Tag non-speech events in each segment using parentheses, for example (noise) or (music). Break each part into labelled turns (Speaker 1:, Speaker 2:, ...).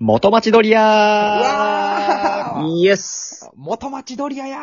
Speaker 1: 元町ドリ
Speaker 2: わ
Speaker 1: ア
Speaker 2: ー
Speaker 3: イエス。
Speaker 2: 元町ドリアや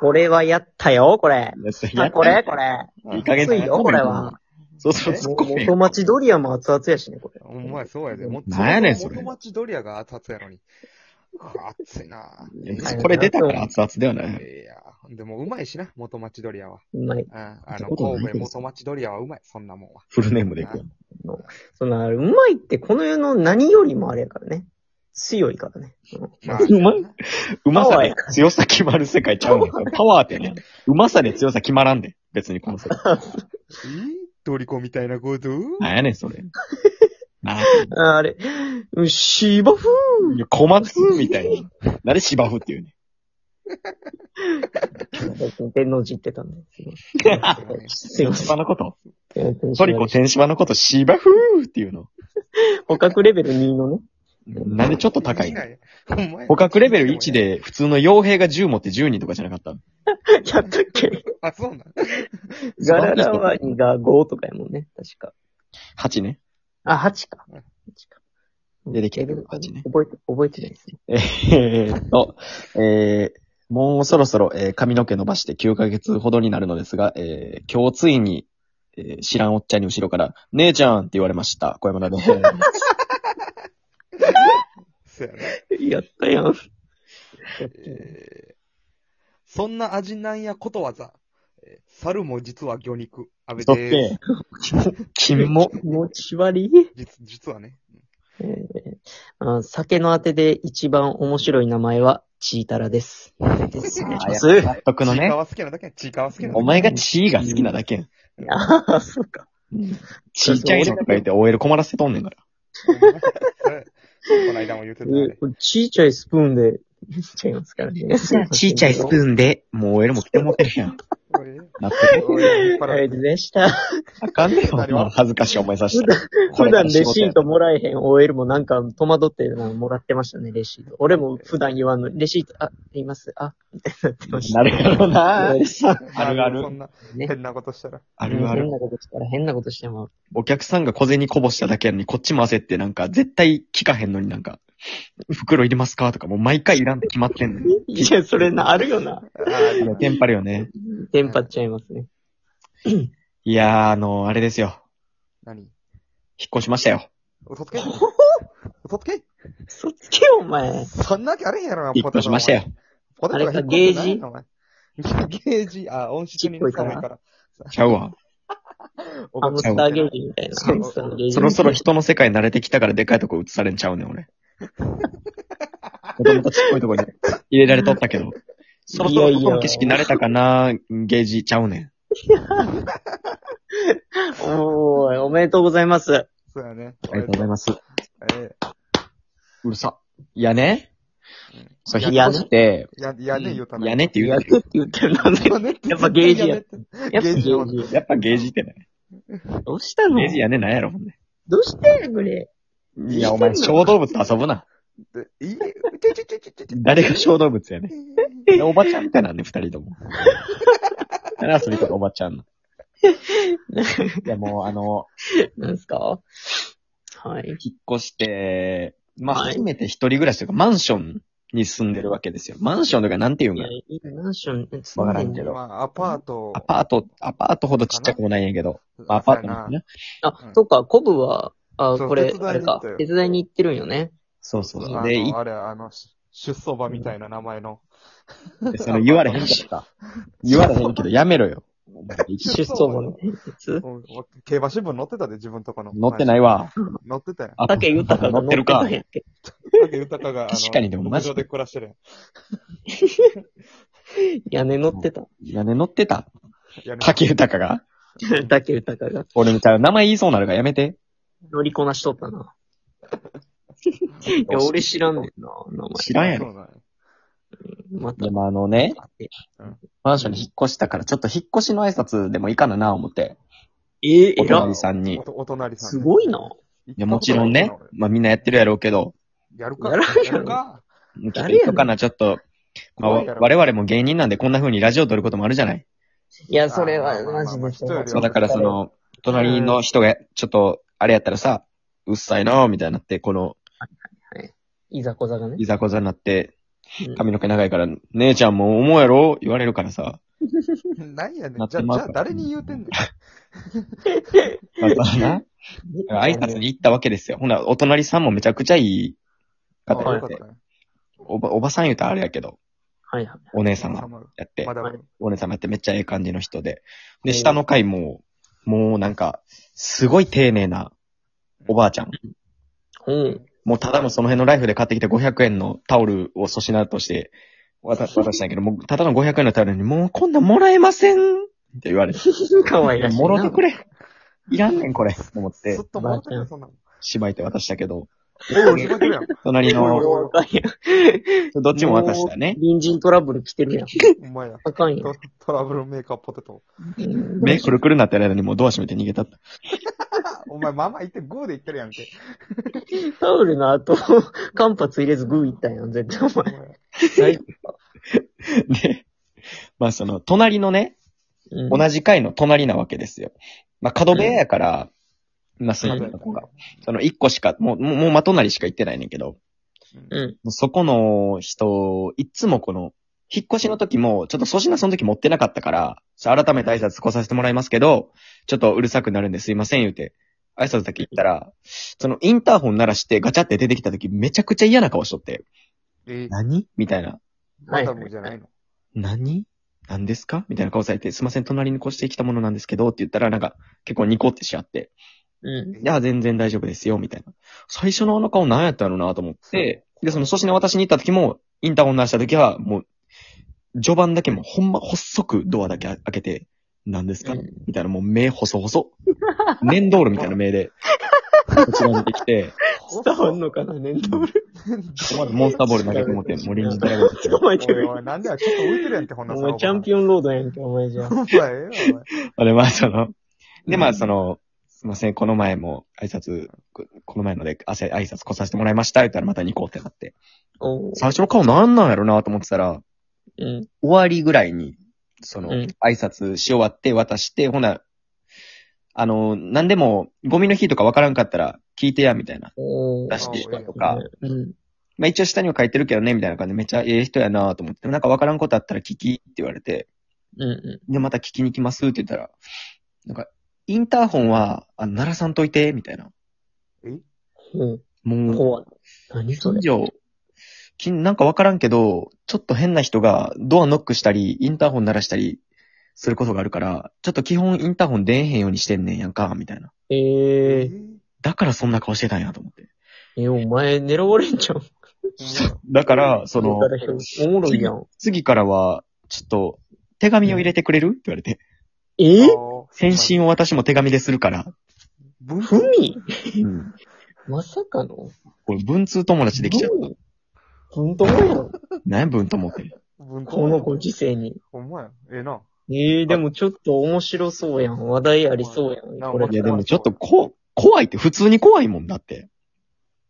Speaker 2: ー
Speaker 3: これはやったよ、これ。
Speaker 1: や
Speaker 3: あこれ、これ。
Speaker 1: いい加減
Speaker 3: 熱いよ、これは。。
Speaker 1: そうそう、突っ込め
Speaker 3: 元町ドリアも熱々やしね、これ。
Speaker 2: お前そうやで。も
Speaker 1: なんやねんそれ
Speaker 2: 元町ドリアが熱々やのに。うわ熱いなぁ。
Speaker 1: いやこれ出たから熱々だよね。
Speaker 2: いやーでもうまいしな、元町ドリアは。
Speaker 3: うまい。
Speaker 2: うん。あ
Speaker 1: そんな
Speaker 2: の、
Speaker 1: ことない
Speaker 2: 神戸
Speaker 1: けど
Speaker 2: 元町ドリアはうまい、そんなもんは。
Speaker 1: フルネームでいくよ。
Speaker 3: そんな、うまいってこの世の何よりもあれやからね。強いからね。うん
Speaker 2: ま
Speaker 1: うまいううま
Speaker 3: パ
Speaker 1: さ
Speaker 3: ワー
Speaker 1: で
Speaker 3: やから
Speaker 1: 強さ決まる世界ちゃうねん。パワーってね、うまさで強さ決まらんで。別にこの世界。
Speaker 2: いいドリコみたい
Speaker 1: (laughs)
Speaker 2: なこと
Speaker 1: なんやねん、それ。なあ
Speaker 3: あれ、うん芝生
Speaker 1: いや小松みたいな。なんで芝生っていうね。
Speaker 3: 天皇寺行ってたんですよ。すいませ
Speaker 1: 芝
Speaker 3: ん。
Speaker 1: のことトリコ天芝のこと芝生っていうの。
Speaker 3: 捕獲レベル2のね。 (laughs)
Speaker 1: なんでちょっと高いの
Speaker 2: ね。ほんまや
Speaker 1: 捕獲レベル1。で普通の傭兵が10持って10人とかじゃなかった
Speaker 3: やったっけ
Speaker 2: あ、そうなん
Speaker 3: ガララワニが5とかやもんね、確か。
Speaker 1: ?8 ね。
Speaker 3: あ、8か。
Speaker 2: うん
Speaker 3: 八か
Speaker 1: 出てきたけど
Speaker 3: 覚
Speaker 1: 八ね
Speaker 3: えて、覚えてないですね。
Speaker 1: えーっと、えー、もうそろそろ、えー髪の毛伸ばして9ヶ月ほどになるのですが、えー、今日ついに、えー知らんおっちゃんに後ろから、姉ちゃんって言われました。小山
Speaker 3: (laughs)
Speaker 1: 田です。
Speaker 2: そうやね。
Speaker 3: やったやん。
Speaker 2: えーそんな味なんやことわざ。えー猿も実は魚肉。安
Speaker 1: そ
Speaker 2: 倍
Speaker 1: っ
Speaker 2: で
Speaker 1: け
Speaker 2: す。
Speaker 1: 金も。
Speaker 3: 気持ち悪い。
Speaker 2: 実、実はね。
Speaker 3: えーあ酒のあてで一番面白い名前は、チータラです。ですお願いします。
Speaker 1: 納得の
Speaker 2: チーカ
Speaker 1: ね。
Speaker 2: は好きなだけやチーカは好きなだけ
Speaker 1: お前が地位が好きなだけやん。
Speaker 3: ああ、そうか。
Speaker 1: ちっちゃいのとか言って OL 困らせとんねんから。
Speaker 2: それこの間も言って
Speaker 3: え
Speaker 2: たね
Speaker 3: ー。これちっちゃいスプーンで、いっちゃいますからね。
Speaker 1: ちっちゃいスプーンで、もう OL も来てもってるやん。
Speaker 2: これ
Speaker 1: なってる。
Speaker 2: これ引っ張
Speaker 3: あ
Speaker 2: られ
Speaker 3: れ
Speaker 2: て
Speaker 3: でした。
Speaker 1: あかんねんほんま恥ずかしい思いさせて。こ
Speaker 3: 普
Speaker 1: れから
Speaker 3: 段
Speaker 1: 仕
Speaker 3: レ
Speaker 1: 事
Speaker 3: シ
Speaker 1: や
Speaker 3: ートもらえへん OL もなんか戸惑ってるのもらってましたね、レシート。俺も普段言わんのに、レシート、あ、います、あ、みたいになってました
Speaker 1: なるやろな。あ
Speaker 3: うん
Speaker 1: るあ
Speaker 2: そ
Speaker 1: る。
Speaker 2: んな
Speaker 3: ね。
Speaker 2: 変なことしたら。
Speaker 1: あるある
Speaker 3: 変。なことしたら変なことしても、
Speaker 1: お客さんが小銭こぼしただけやのに、こっちも焦って、なんか、絶対聞かへんのになんか、袋いりますかとか、もう毎回いらんって決まってんの (laughs) よ。
Speaker 3: いや、それな、あるよな。
Speaker 1: テンパるよね。
Speaker 3: テンパっちゃいますね。
Speaker 1: いやー、あのあれですよ。
Speaker 2: 何
Speaker 1: 引っ越しましたよ。
Speaker 2: 嘘つけ嘘つけ
Speaker 3: そっちけ、お前。
Speaker 2: そんなわけあれへんやろな、
Speaker 1: 引っ越しましたよ。
Speaker 2: ポテトが
Speaker 3: あれか
Speaker 2: 引っ越してない
Speaker 3: ゲ
Speaker 2: のお前ゲージ、あ、音質に
Speaker 3: ちっこいから
Speaker 2: 寒いから。
Speaker 1: ちゃうわ。
Speaker 3: ハムスターゲージみたいな。
Speaker 2: そう
Speaker 3: ハムスターゲージ。
Speaker 1: そろそろ人の世界慣れてきたからでかいとこ映されんちゃうねん、 (laughs) 俺。もともとちっこいとこに入れられとったけど。そろそろ外の景色慣れたかなゲージちゃうねん。
Speaker 3: おーい、おめでとうございます。
Speaker 2: そうやね。
Speaker 1: ありがとうございます。
Speaker 2: え
Speaker 1: うるさ。いやね。そう、
Speaker 3: い
Speaker 1: 引っ
Speaker 3: やね
Speaker 1: 越して、
Speaker 2: ーや、やね言うたの。
Speaker 1: やねって言
Speaker 3: や
Speaker 1: う
Speaker 3: るって言ってるなんで。
Speaker 2: やねって言うたの。
Speaker 3: やっぱゲージや
Speaker 2: ねって
Speaker 3: やっぱゲ
Speaker 2: ゲー
Speaker 3: ージ。
Speaker 1: やっぱゲージってね。
Speaker 3: どうしたの
Speaker 1: ゲージやねなんやろ、ほんで。
Speaker 3: どうしてこれ。
Speaker 1: いや、お前、小動物と遊ぶな。
Speaker 2: いいちょちょちょちょちょちょ
Speaker 1: 誰が小動物やねん。おばちゃんみたいなんで、二人とも。 (laughs) 何遊びとかおばちゃんの。いや、もう、あの、
Speaker 3: なんすかはい。
Speaker 1: 引っ越して、まあ、
Speaker 3: はい
Speaker 1: 初めて一人暮らしというか、マンションに住んでるわけですよ。マンションとか、なんていうん
Speaker 3: い
Speaker 1: か
Speaker 3: や、
Speaker 1: な、
Speaker 3: いいマンション、
Speaker 1: わからんけど
Speaker 2: まあ、アパート。
Speaker 1: アパート、アパートほどちっちゃくもないんやけど、まあ、アパートなんですね。
Speaker 3: あ、そっか、コブは、あ、
Speaker 2: そう
Speaker 3: これ
Speaker 2: 手、伝い
Speaker 3: あれ
Speaker 2: に行っ
Speaker 3: か
Speaker 2: たよ。
Speaker 3: 手伝いに行ってるんよね。
Speaker 1: そうそう
Speaker 2: あ
Speaker 1: そう。
Speaker 2: の
Speaker 1: で、行
Speaker 2: あれ、あの、し出走馬みたいな名前の。
Speaker 1: って、その言われへんかった。言われへんけど、やめ (laughs) ろよ。お前
Speaker 3: 出走馬のやつ。
Speaker 2: うん競馬新聞載ってたで、自分とこの。
Speaker 1: 乗ってないわ。
Speaker 2: 載ってたよ。
Speaker 1: あ
Speaker 3: 竹豊が
Speaker 1: 乗ってるか
Speaker 3: 乗。へんって
Speaker 2: 竹豊が、あの、
Speaker 1: (laughs) 確かにでもマジ
Speaker 2: 牧場で暮らしてるやん。
Speaker 3: 屋根乗ってた。
Speaker 1: 屋根乗ってた。
Speaker 2: いやね
Speaker 1: 竹豊が。
Speaker 3: 竹豊が
Speaker 1: 俺のちゃう。名前言いそうなるからやめて。
Speaker 3: 乗りこなしとったな。いや、俺知らんねんな、名前。
Speaker 1: 知らんやろ。
Speaker 2: そうなんや
Speaker 3: また
Speaker 1: で。もあのね
Speaker 3: え、
Speaker 1: マンションに引っ越したから、ちょっと引っ越しの挨拶でもいいかなな、思って。
Speaker 3: えー、
Speaker 1: お
Speaker 3: えら
Speaker 1: 隣さんに
Speaker 2: お。とお隣さん。
Speaker 3: すごいな。
Speaker 2: い
Speaker 1: いや、もちろんね。まあみんなやってるやろうけど、
Speaker 2: やるか。
Speaker 3: や
Speaker 2: や
Speaker 3: らんやろ
Speaker 2: るか。
Speaker 1: ちょっと
Speaker 3: 誰やねん
Speaker 1: 行くかな、ちょっと。 (laughs) まあ
Speaker 2: 怖いやろ
Speaker 1: 我々も芸人なんでこんな風にラジオ撮ることもあるじゃない。
Speaker 3: いや、それ
Speaker 2: あ
Speaker 3: は、
Speaker 2: ーまあ
Speaker 3: マジ
Speaker 2: まあまあ
Speaker 3: で
Speaker 2: 一
Speaker 3: そう
Speaker 2: 人より
Speaker 1: そう、だからそ、の、隣の人が、ちょっと、あれやったらさ、うっさいなぁ、みたいになって、この
Speaker 3: はい、いざこざがね。
Speaker 1: いざこざになって、
Speaker 3: うん
Speaker 1: 髪の毛長いから、姉ちゃんも思うやろ言われるから (laughs) さ。
Speaker 2: なんやね。
Speaker 1: なんっ
Speaker 2: じゃ
Speaker 1: て
Speaker 2: あ、じ
Speaker 1: まう
Speaker 2: ゃ
Speaker 1: から
Speaker 2: あ誰に言うてんねん。
Speaker 1: だからな、挨拶に行ったわけですよ。ほな、お隣さんもめちゃくちゃいい
Speaker 2: あ
Speaker 1: 方
Speaker 2: よ
Speaker 1: や
Speaker 2: か
Speaker 1: っ
Speaker 2: ってた、ね。
Speaker 1: おば、おばさん言うたらあれやけど、
Speaker 3: はいはい。
Speaker 1: お姉様
Speaker 2: ま
Speaker 1: やって、
Speaker 2: だ、
Speaker 1: お姉様やってめっちゃええ感じの人で。
Speaker 3: う
Speaker 1: で、
Speaker 3: ん
Speaker 1: 下の階も、もうなんか、すごい丁寧なおばあちゃん。
Speaker 3: うん。 (laughs)
Speaker 1: もうただのその辺のライフで買ってきた500円のタオルを粗品として渡渡したんやけど、もうただの500円のタオルに、もうこんなんもらえませんって言われて。
Speaker 3: かわいらしいな。
Speaker 1: もろてくれ。いらんねん、これ。と思っ
Speaker 2: す
Speaker 1: て
Speaker 2: っ、と戻ってくる、そんなの。
Speaker 1: しまいて渡したけど、
Speaker 2: おう、しまってるやん。
Speaker 1: 隣
Speaker 2: おい
Speaker 1: の、
Speaker 2: おい
Speaker 3: あかんやん。
Speaker 1: どっちも渡したね。
Speaker 3: 隣人トラブル来てるや
Speaker 1: (laughs)
Speaker 3: ん。
Speaker 2: お前や。
Speaker 3: あかんやん
Speaker 2: ト。トラブルメーカーポテト。
Speaker 3: うん
Speaker 1: 目くるくるなってる間にもうドア閉めて逃げたった。
Speaker 2: あお前、ママ言ってグーで言ってるやんけ。
Speaker 3: タオルの後、 (laughs) 間髪入れずグーいったんやん、絶対お
Speaker 2: お
Speaker 3: 前。
Speaker 2: 前
Speaker 1: で、まあその、隣のね、
Speaker 3: うん
Speaker 1: 同じ階の隣なわけですよ。まあ角部屋やから、まあその子が、その一個しか、もう、もうもう真隣しか行ってないねんけど、
Speaker 3: うん。
Speaker 1: そこの人、いつもこの、引っ越しの時も、ちょっと粗品その時持ってなかったから、ちょっと改めて挨拶来させてもらいますけど、ちょっとうるさくなるんですいません言うて、挨拶だけ言ったら、そのインターホン鳴らしてガチャって出てきた時めちゃくちゃ嫌な顔しとって、
Speaker 2: え、
Speaker 1: 何みたいな。
Speaker 2: マダムじゃないの
Speaker 1: 何何ですかみたいな顔されて、すいません、隣に越してきたものなんですけど、って言ったら、なんか、結構ニコってしちゃって、
Speaker 3: うん。
Speaker 1: いや、全然大丈夫ですよ、みたいな。最初のあの顔何やったのなと思って、で、その粗品渡しに行った時も、インターホン鳴らした時は、もう、序盤だけもうほんま細くドアだけ開けて、何ですか、
Speaker 3: うん
Speaker 1: みたいな、もう目細細。粘道路みたいな目で、こちらに出てきて、
Speaker 3: 伝わんのかな、粘土ブル。
Speaker 1: お前モンスターボール投げてもってん、もう臨時ドラゴンですよ
Speaker 3: お前、
Speaker 2: おいおい、なんでや、ちょっと浮いてるやんけ、ほんな
Speaker 3: お前チャン
Speaker 2: オン。
Speaker 3: ピオンロードやんけ、お前じゃ
Speaker 2: お。前、ええわお前。
Speaker 1: (laughs) あれは、その、で、まあ、その、すいません、この前も挨拶、ここの前ので、汗挨拶来させてもらいました、言ったらまた2個ってなって。
Speaker 3: おう
Speaker 1: 最初の顔なんなんやろなと思ってたら、
Speaker 3: うん。
Speaker 1: 終わりぐらいに、その、
Speaker 3: うん
Speaker 1: 挨拶し終わって渡して、ほな、あの、なんでも、ゴミの日とかわからんかったら聞いてや、みたいな。
Speaker 3: おう
Speaker 1: 出してとか、
Speaker 3: うん。
Speaker 1: まあ一応下には書いてるけどね、みたいな感じで、めっちゃええ人やなと思って、でもなんかわからんことあったら聞きって言われて、
Speaker 3: う
Speaker 1: で、また聞きに来ますって言ったら、なんか、インターホンは、あの、鳴らさんといて、みたいな。
Speaker 3: ん。うん。
Speaker 1: もう、
Speaker 3: 怖い。何それ
Speaker 1: 近。所、近なんかわからんけど、ちょっと変な人がドアノックしたり、インターホン鳴らしたりすることがあるから、ちょっと基本インターホン出えへんようにしてんねんやんか、みたいな。
Speaker 3: ええ。
Speaker 1: だからそんな顔してたんやと思って。
Speaker 3: え、お前、狙われんじゃん。
Speaker 1: だから、その、
Speaker 3: 上から表おもろいやん。
Speaker 1: 次からは、ちょっと、手紙を入れてくれるって言われて。
Speaker 3: え
Speaker 1: 返信を私も手紙でするから。
Speaker 2: 文
Speaker 3: ふみ
Speaker 1: うん。
Speaker 3: まさかの
Speaker 1: これ、文通友達できちゃう。
Speaker 3: う。本当やん。
Speaker 1: 何や、文友って。
Speaker 2: 文
Speaker 3: (laughs) このご時世に。
Speaker 2: お前、ええな。
Speaker 3: ええでもちょっと面白そうやん。話題ありそうやん。
Speaker 2: な
Speaker 3: これ
Speaker 1: いや、でもちょっと、こ、怖いって、普通に怖いもんだって。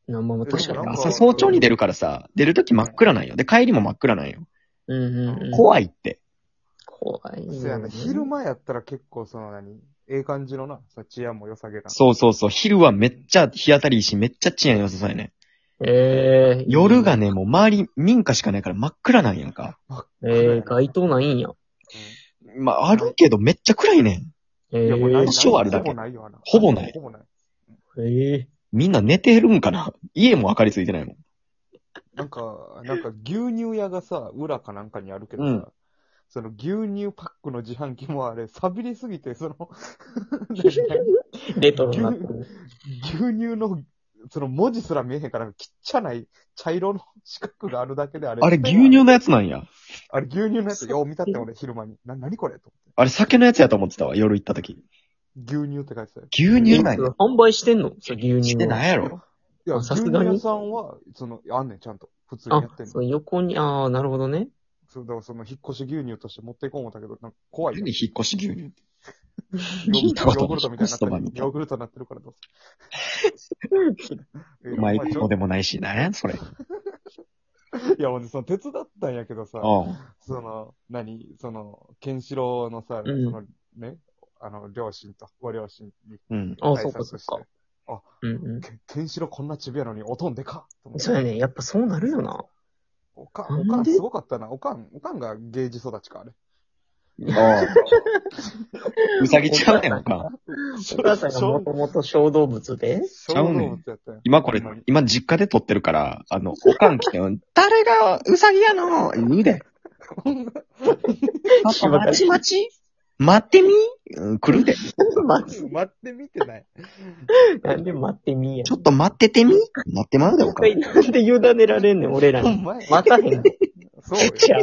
Speaker 3: まあまあ確か
Speaker 2: な
Speaker 3: に
Speaker 2: んか
Speaker 1: 朝早朝に出るからさ、出るとき真っ暗なんよ。で、帰りも真っ暗なんよ。
Speaker 3: うんうんうん。
Speaker 1: 怖いって。
Speaker 3: 怖いよね。
Speaker 2: そうやな。昼間やったら結構その何、ええ感じのな、さ治安も良さげな。
Speaker 1: そうそうそう。昼はめっちゃ日当たりいいし、めっちゃ治安良さそうやね。
Speaker 3: ええ
Speaker 1: 夜が。ね、もう周り民家しかないから真っ暗なんやんか。
Speaker 3: ええ街灯ないんや。
Speaker 1: まあ、あるけどめっちゃ暗いねん。
Speaker 3: え
Speaker 2: い
Speaker 3: え
Speaker 2: や、もうない。
Speaker 1: 多少あるだけ
Speaker 2: ほぼないよな。
Speaker 1: ほぼない
Speaker 2: ほぼない。
Speaker 3: ええ
Speaker 1: みんな寝てるんかな家も明かりついてないもん。
Speaker 2: なんか、なんか牛乳屋がさ、裏かなんかにあるけどさ、
Speaker 1: うん
Speaker 2: その牛乳パックの自販機もあれ、錆びりすぎて、その、
Speaker 1: (laughs)
Speaker 2: 何
Speaker 3: (laughs) レトロになってる。
Speaker 2: 牛乳の、その文字すら見えへんから、きっちゃない茶色の四角があるだけであれ。
Speaker 1: あれ牛乳のやつなんや。
Speaker 2: あれ牛乳のやつ、よう見たって俺、昼間に。な、何これと
Speaker 1: あれ酒のやつやと思ってたわ、夜行った時。
Speaker 2: 牛乳って書いてたよ。
Speaker 1: 牛乳なんや。
Speaker 3: 販売してんのそう牛乳は。
Speaker 1: してないやろ。
Speaker 2: いや、
Speaker 3: あ
Speaker 2: 牛
Speaker 3: さす
Speaker 2: 乳
Speaker 3: がに
Speaker 2: 屋さんは、その、あんねん、ちゃんと。普通にや
Speaker 3: あ
Speaker 2: って、んの。
Speaker 3: そう横に、ああ、なるほどね。
Speaker 2: そう、だからその、引っ越し牛乳として持っていこう思ったけど、なんか怖いよ。
Speaker 1: 何引っ越し牛乳って。
Speaker 2: ヨ
Speaker 1: 聞いたこと
Speaker 2: ーグルトみたいになってる。
Speaker 1: コストパンみたいな
Speaker 2: ヨーグルトになってるからどうせ。
Speaker 1: うまいこ
Speaker 2: ち
Speaker 1: と
Speaker 2: ょ
Speaker 1: でもないし、なんやそれ。うん。
Speaker 2: いや、俺、その、手伝ったんやけどさ、その、何その、ケンシロウのさ、
Speaker 3: うん
Speaker 2: その、ね、あの、両親と、ご両親に
Speaker 1: うん。
Speaker 3: あ
Speaker 2: 挨
Speaker 3: あ、そうか、
Speaker 2: 拶
Speaker 3: そう
Speaker 2: して
Speaker 3: か。
Speaker 2: あ、
Speaker 3: うんう
Speaker 2: ケンシロウこんなちびやのにおとんでかっと思
Speaker 3: ん。
Speaker 2: って
Speaker 3: そうやね。やっぱそうなるよな。
Speaker 2: おかん、
Speaker 3: な
Speaker 2: おか
Speaker 3: んで
Speaker 2: んすごかったな。おかん、おかんがゲージ育ちか、あれ。
Speaker 1: (laughs) ああ。うさぎちゃうやんか。
Speaker 3: お母さんがもともと小動物で、
Speaker 2: 小
Speaker 1: ちゃ
Speaker 2: 動
Speaker 1: うねん
Speaker 2: 物やったよ。
Speaker 1: 今これ
Speaker 2: ほんまに、
Speaker 1: 今実家で撮ってるから、あの、おかん来て、誰がうさぎやの言う
Speaker 3: (laughs)
Speaker 1: で。パパ待ち待ち待ってみ、うん、来るで。
Speaker 3: 待つ。
Speaker 2: 待ってみてない。
Speaker 3: なんで待ってみーや
Speaker 1: ちょっと待っててみ待ってまうで、おかん。
Speaker 3: なんで委ねられんねん、俺ら
Speaker 2: ほ
Speaker 3: に。
Speaker 2: んまや。
Speaker 3: 待たへんで。
Speaker 2: そうよ。
Speaker 3: じゃあ、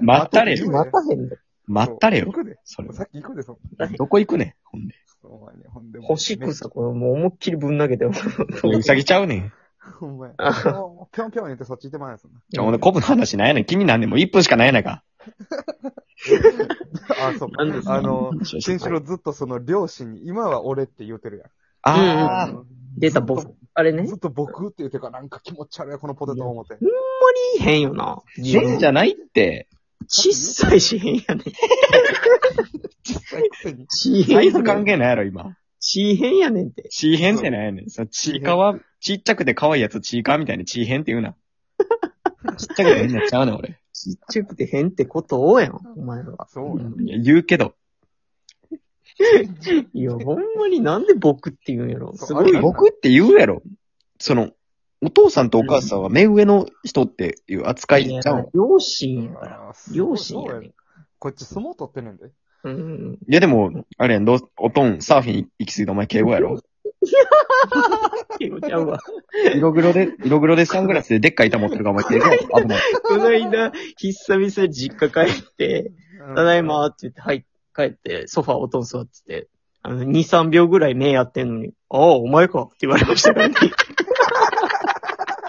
Speaker 2: お前
Speaker 1: 待たれよ
Speaker 3: 待たへんで。
Speaker 1: 待ったれ
Speaker 2: 行
Speaker 1: よ。
Speaker 2: くで。
Speaker 1: それは
Speaker 2: さっき行くで、そん
Speaker 1: どこ行くねん、ほんで。
Speaker 2: お前ね、ほんで。
Speaker 3: 星草、これもう思いっきりぶん投げて。
Speaker 1: うさぎちゃうねん。
Speaker 2: ほんまや。
Speaker 3: あ
Speaker 2: もうぴょんぴょん言ってそっち行ってまいやすんな。
Speaker 1: ちょ、ほんで、コブの話なんやねん。気になんねん。もう1分しかないやないか。
Speaker 2: あ、そうか
Speaker 3: なんです。
Speaker 2: あの、
Speaker 1: し
Speaker 2: ケンシロウずっとその両親に、今は俺って言うてるやん。
Speaker 1: あ
Speaker 3: う
Speaker 1: あ
Speaker 3: ん、出
Speaker 2: ず
Speaker 3: た
Speaker 2: っ
Speaker 3: 僕。あれね。
Speaker 2: ずっと僕って言うてるから、なんか気持ち悪いわこのポテト思って。
Speaker 3: いい変よな。
Speaker 1: 変じゃないって。
Speaker 3: 小さいし変やね。
Speaker 2: 小さいくせに。
Speaker 3: ち
Speaker 1: サ
Speaker 3: 変
Speaker 1: イ
Speaker 3: や
Speaker 1: ズ
Speaker 3: ね
Speaker 1: 関
Speaker 3: ん。
Speaker 1: 係ないやろ、今。
Speaker 3: ち変やねんって。
Speaker 1: ちーへんってなんやねん。そのちいかは、ちっちゃくて可愛いやつちいかみたいにちーへんって言うな。ちっちゃくてみんなちゃうねん、俺。
Speaker 3: ちっちゃくて変ってことをやん、お前は。
Speaker 2: そうや。
Speaker 1: いや言うけど。
Speaker 3: いや、ほんまになんで僕って言うんやろ。
Speaker 2: そう
Speaker 3: すごい
Speaker 2: あれ
Speaker 3: よ。
Speaker 1: 僕って言うやろ。その、お父さんとお母さんは目上の人っていう扱い
Speaker 3: いや
Speaker 1: ちゃうん。い
Speaker 3: 両親やから。
Speaker 2: あーすごい
Speaker 3: 両親や
Speaker 2: そう
Speaker 3: ねん。
Speaker 2: こっち相撲取ってんねんで。
Speaker 3: うんうん。
Speaker 1: やでも、あれやん、どうおとん、サーフィン行き過ぎたお前敬語やろ。
Speaker 3: 敬語ちゃうわ。
Speaker 1: 色黒で、色黒でサングラスででっかい板持ってるからお前敬語やろ。危ない。
Speaker 3: この間、久々実家帰って、
Speaker 2: うん
Speaker 3: ただいまーって言って、はい、帰って、ソファー音座ってて、あの、2、3秒ぐらい目やってんのに、ああ、お前かって言われましたからね。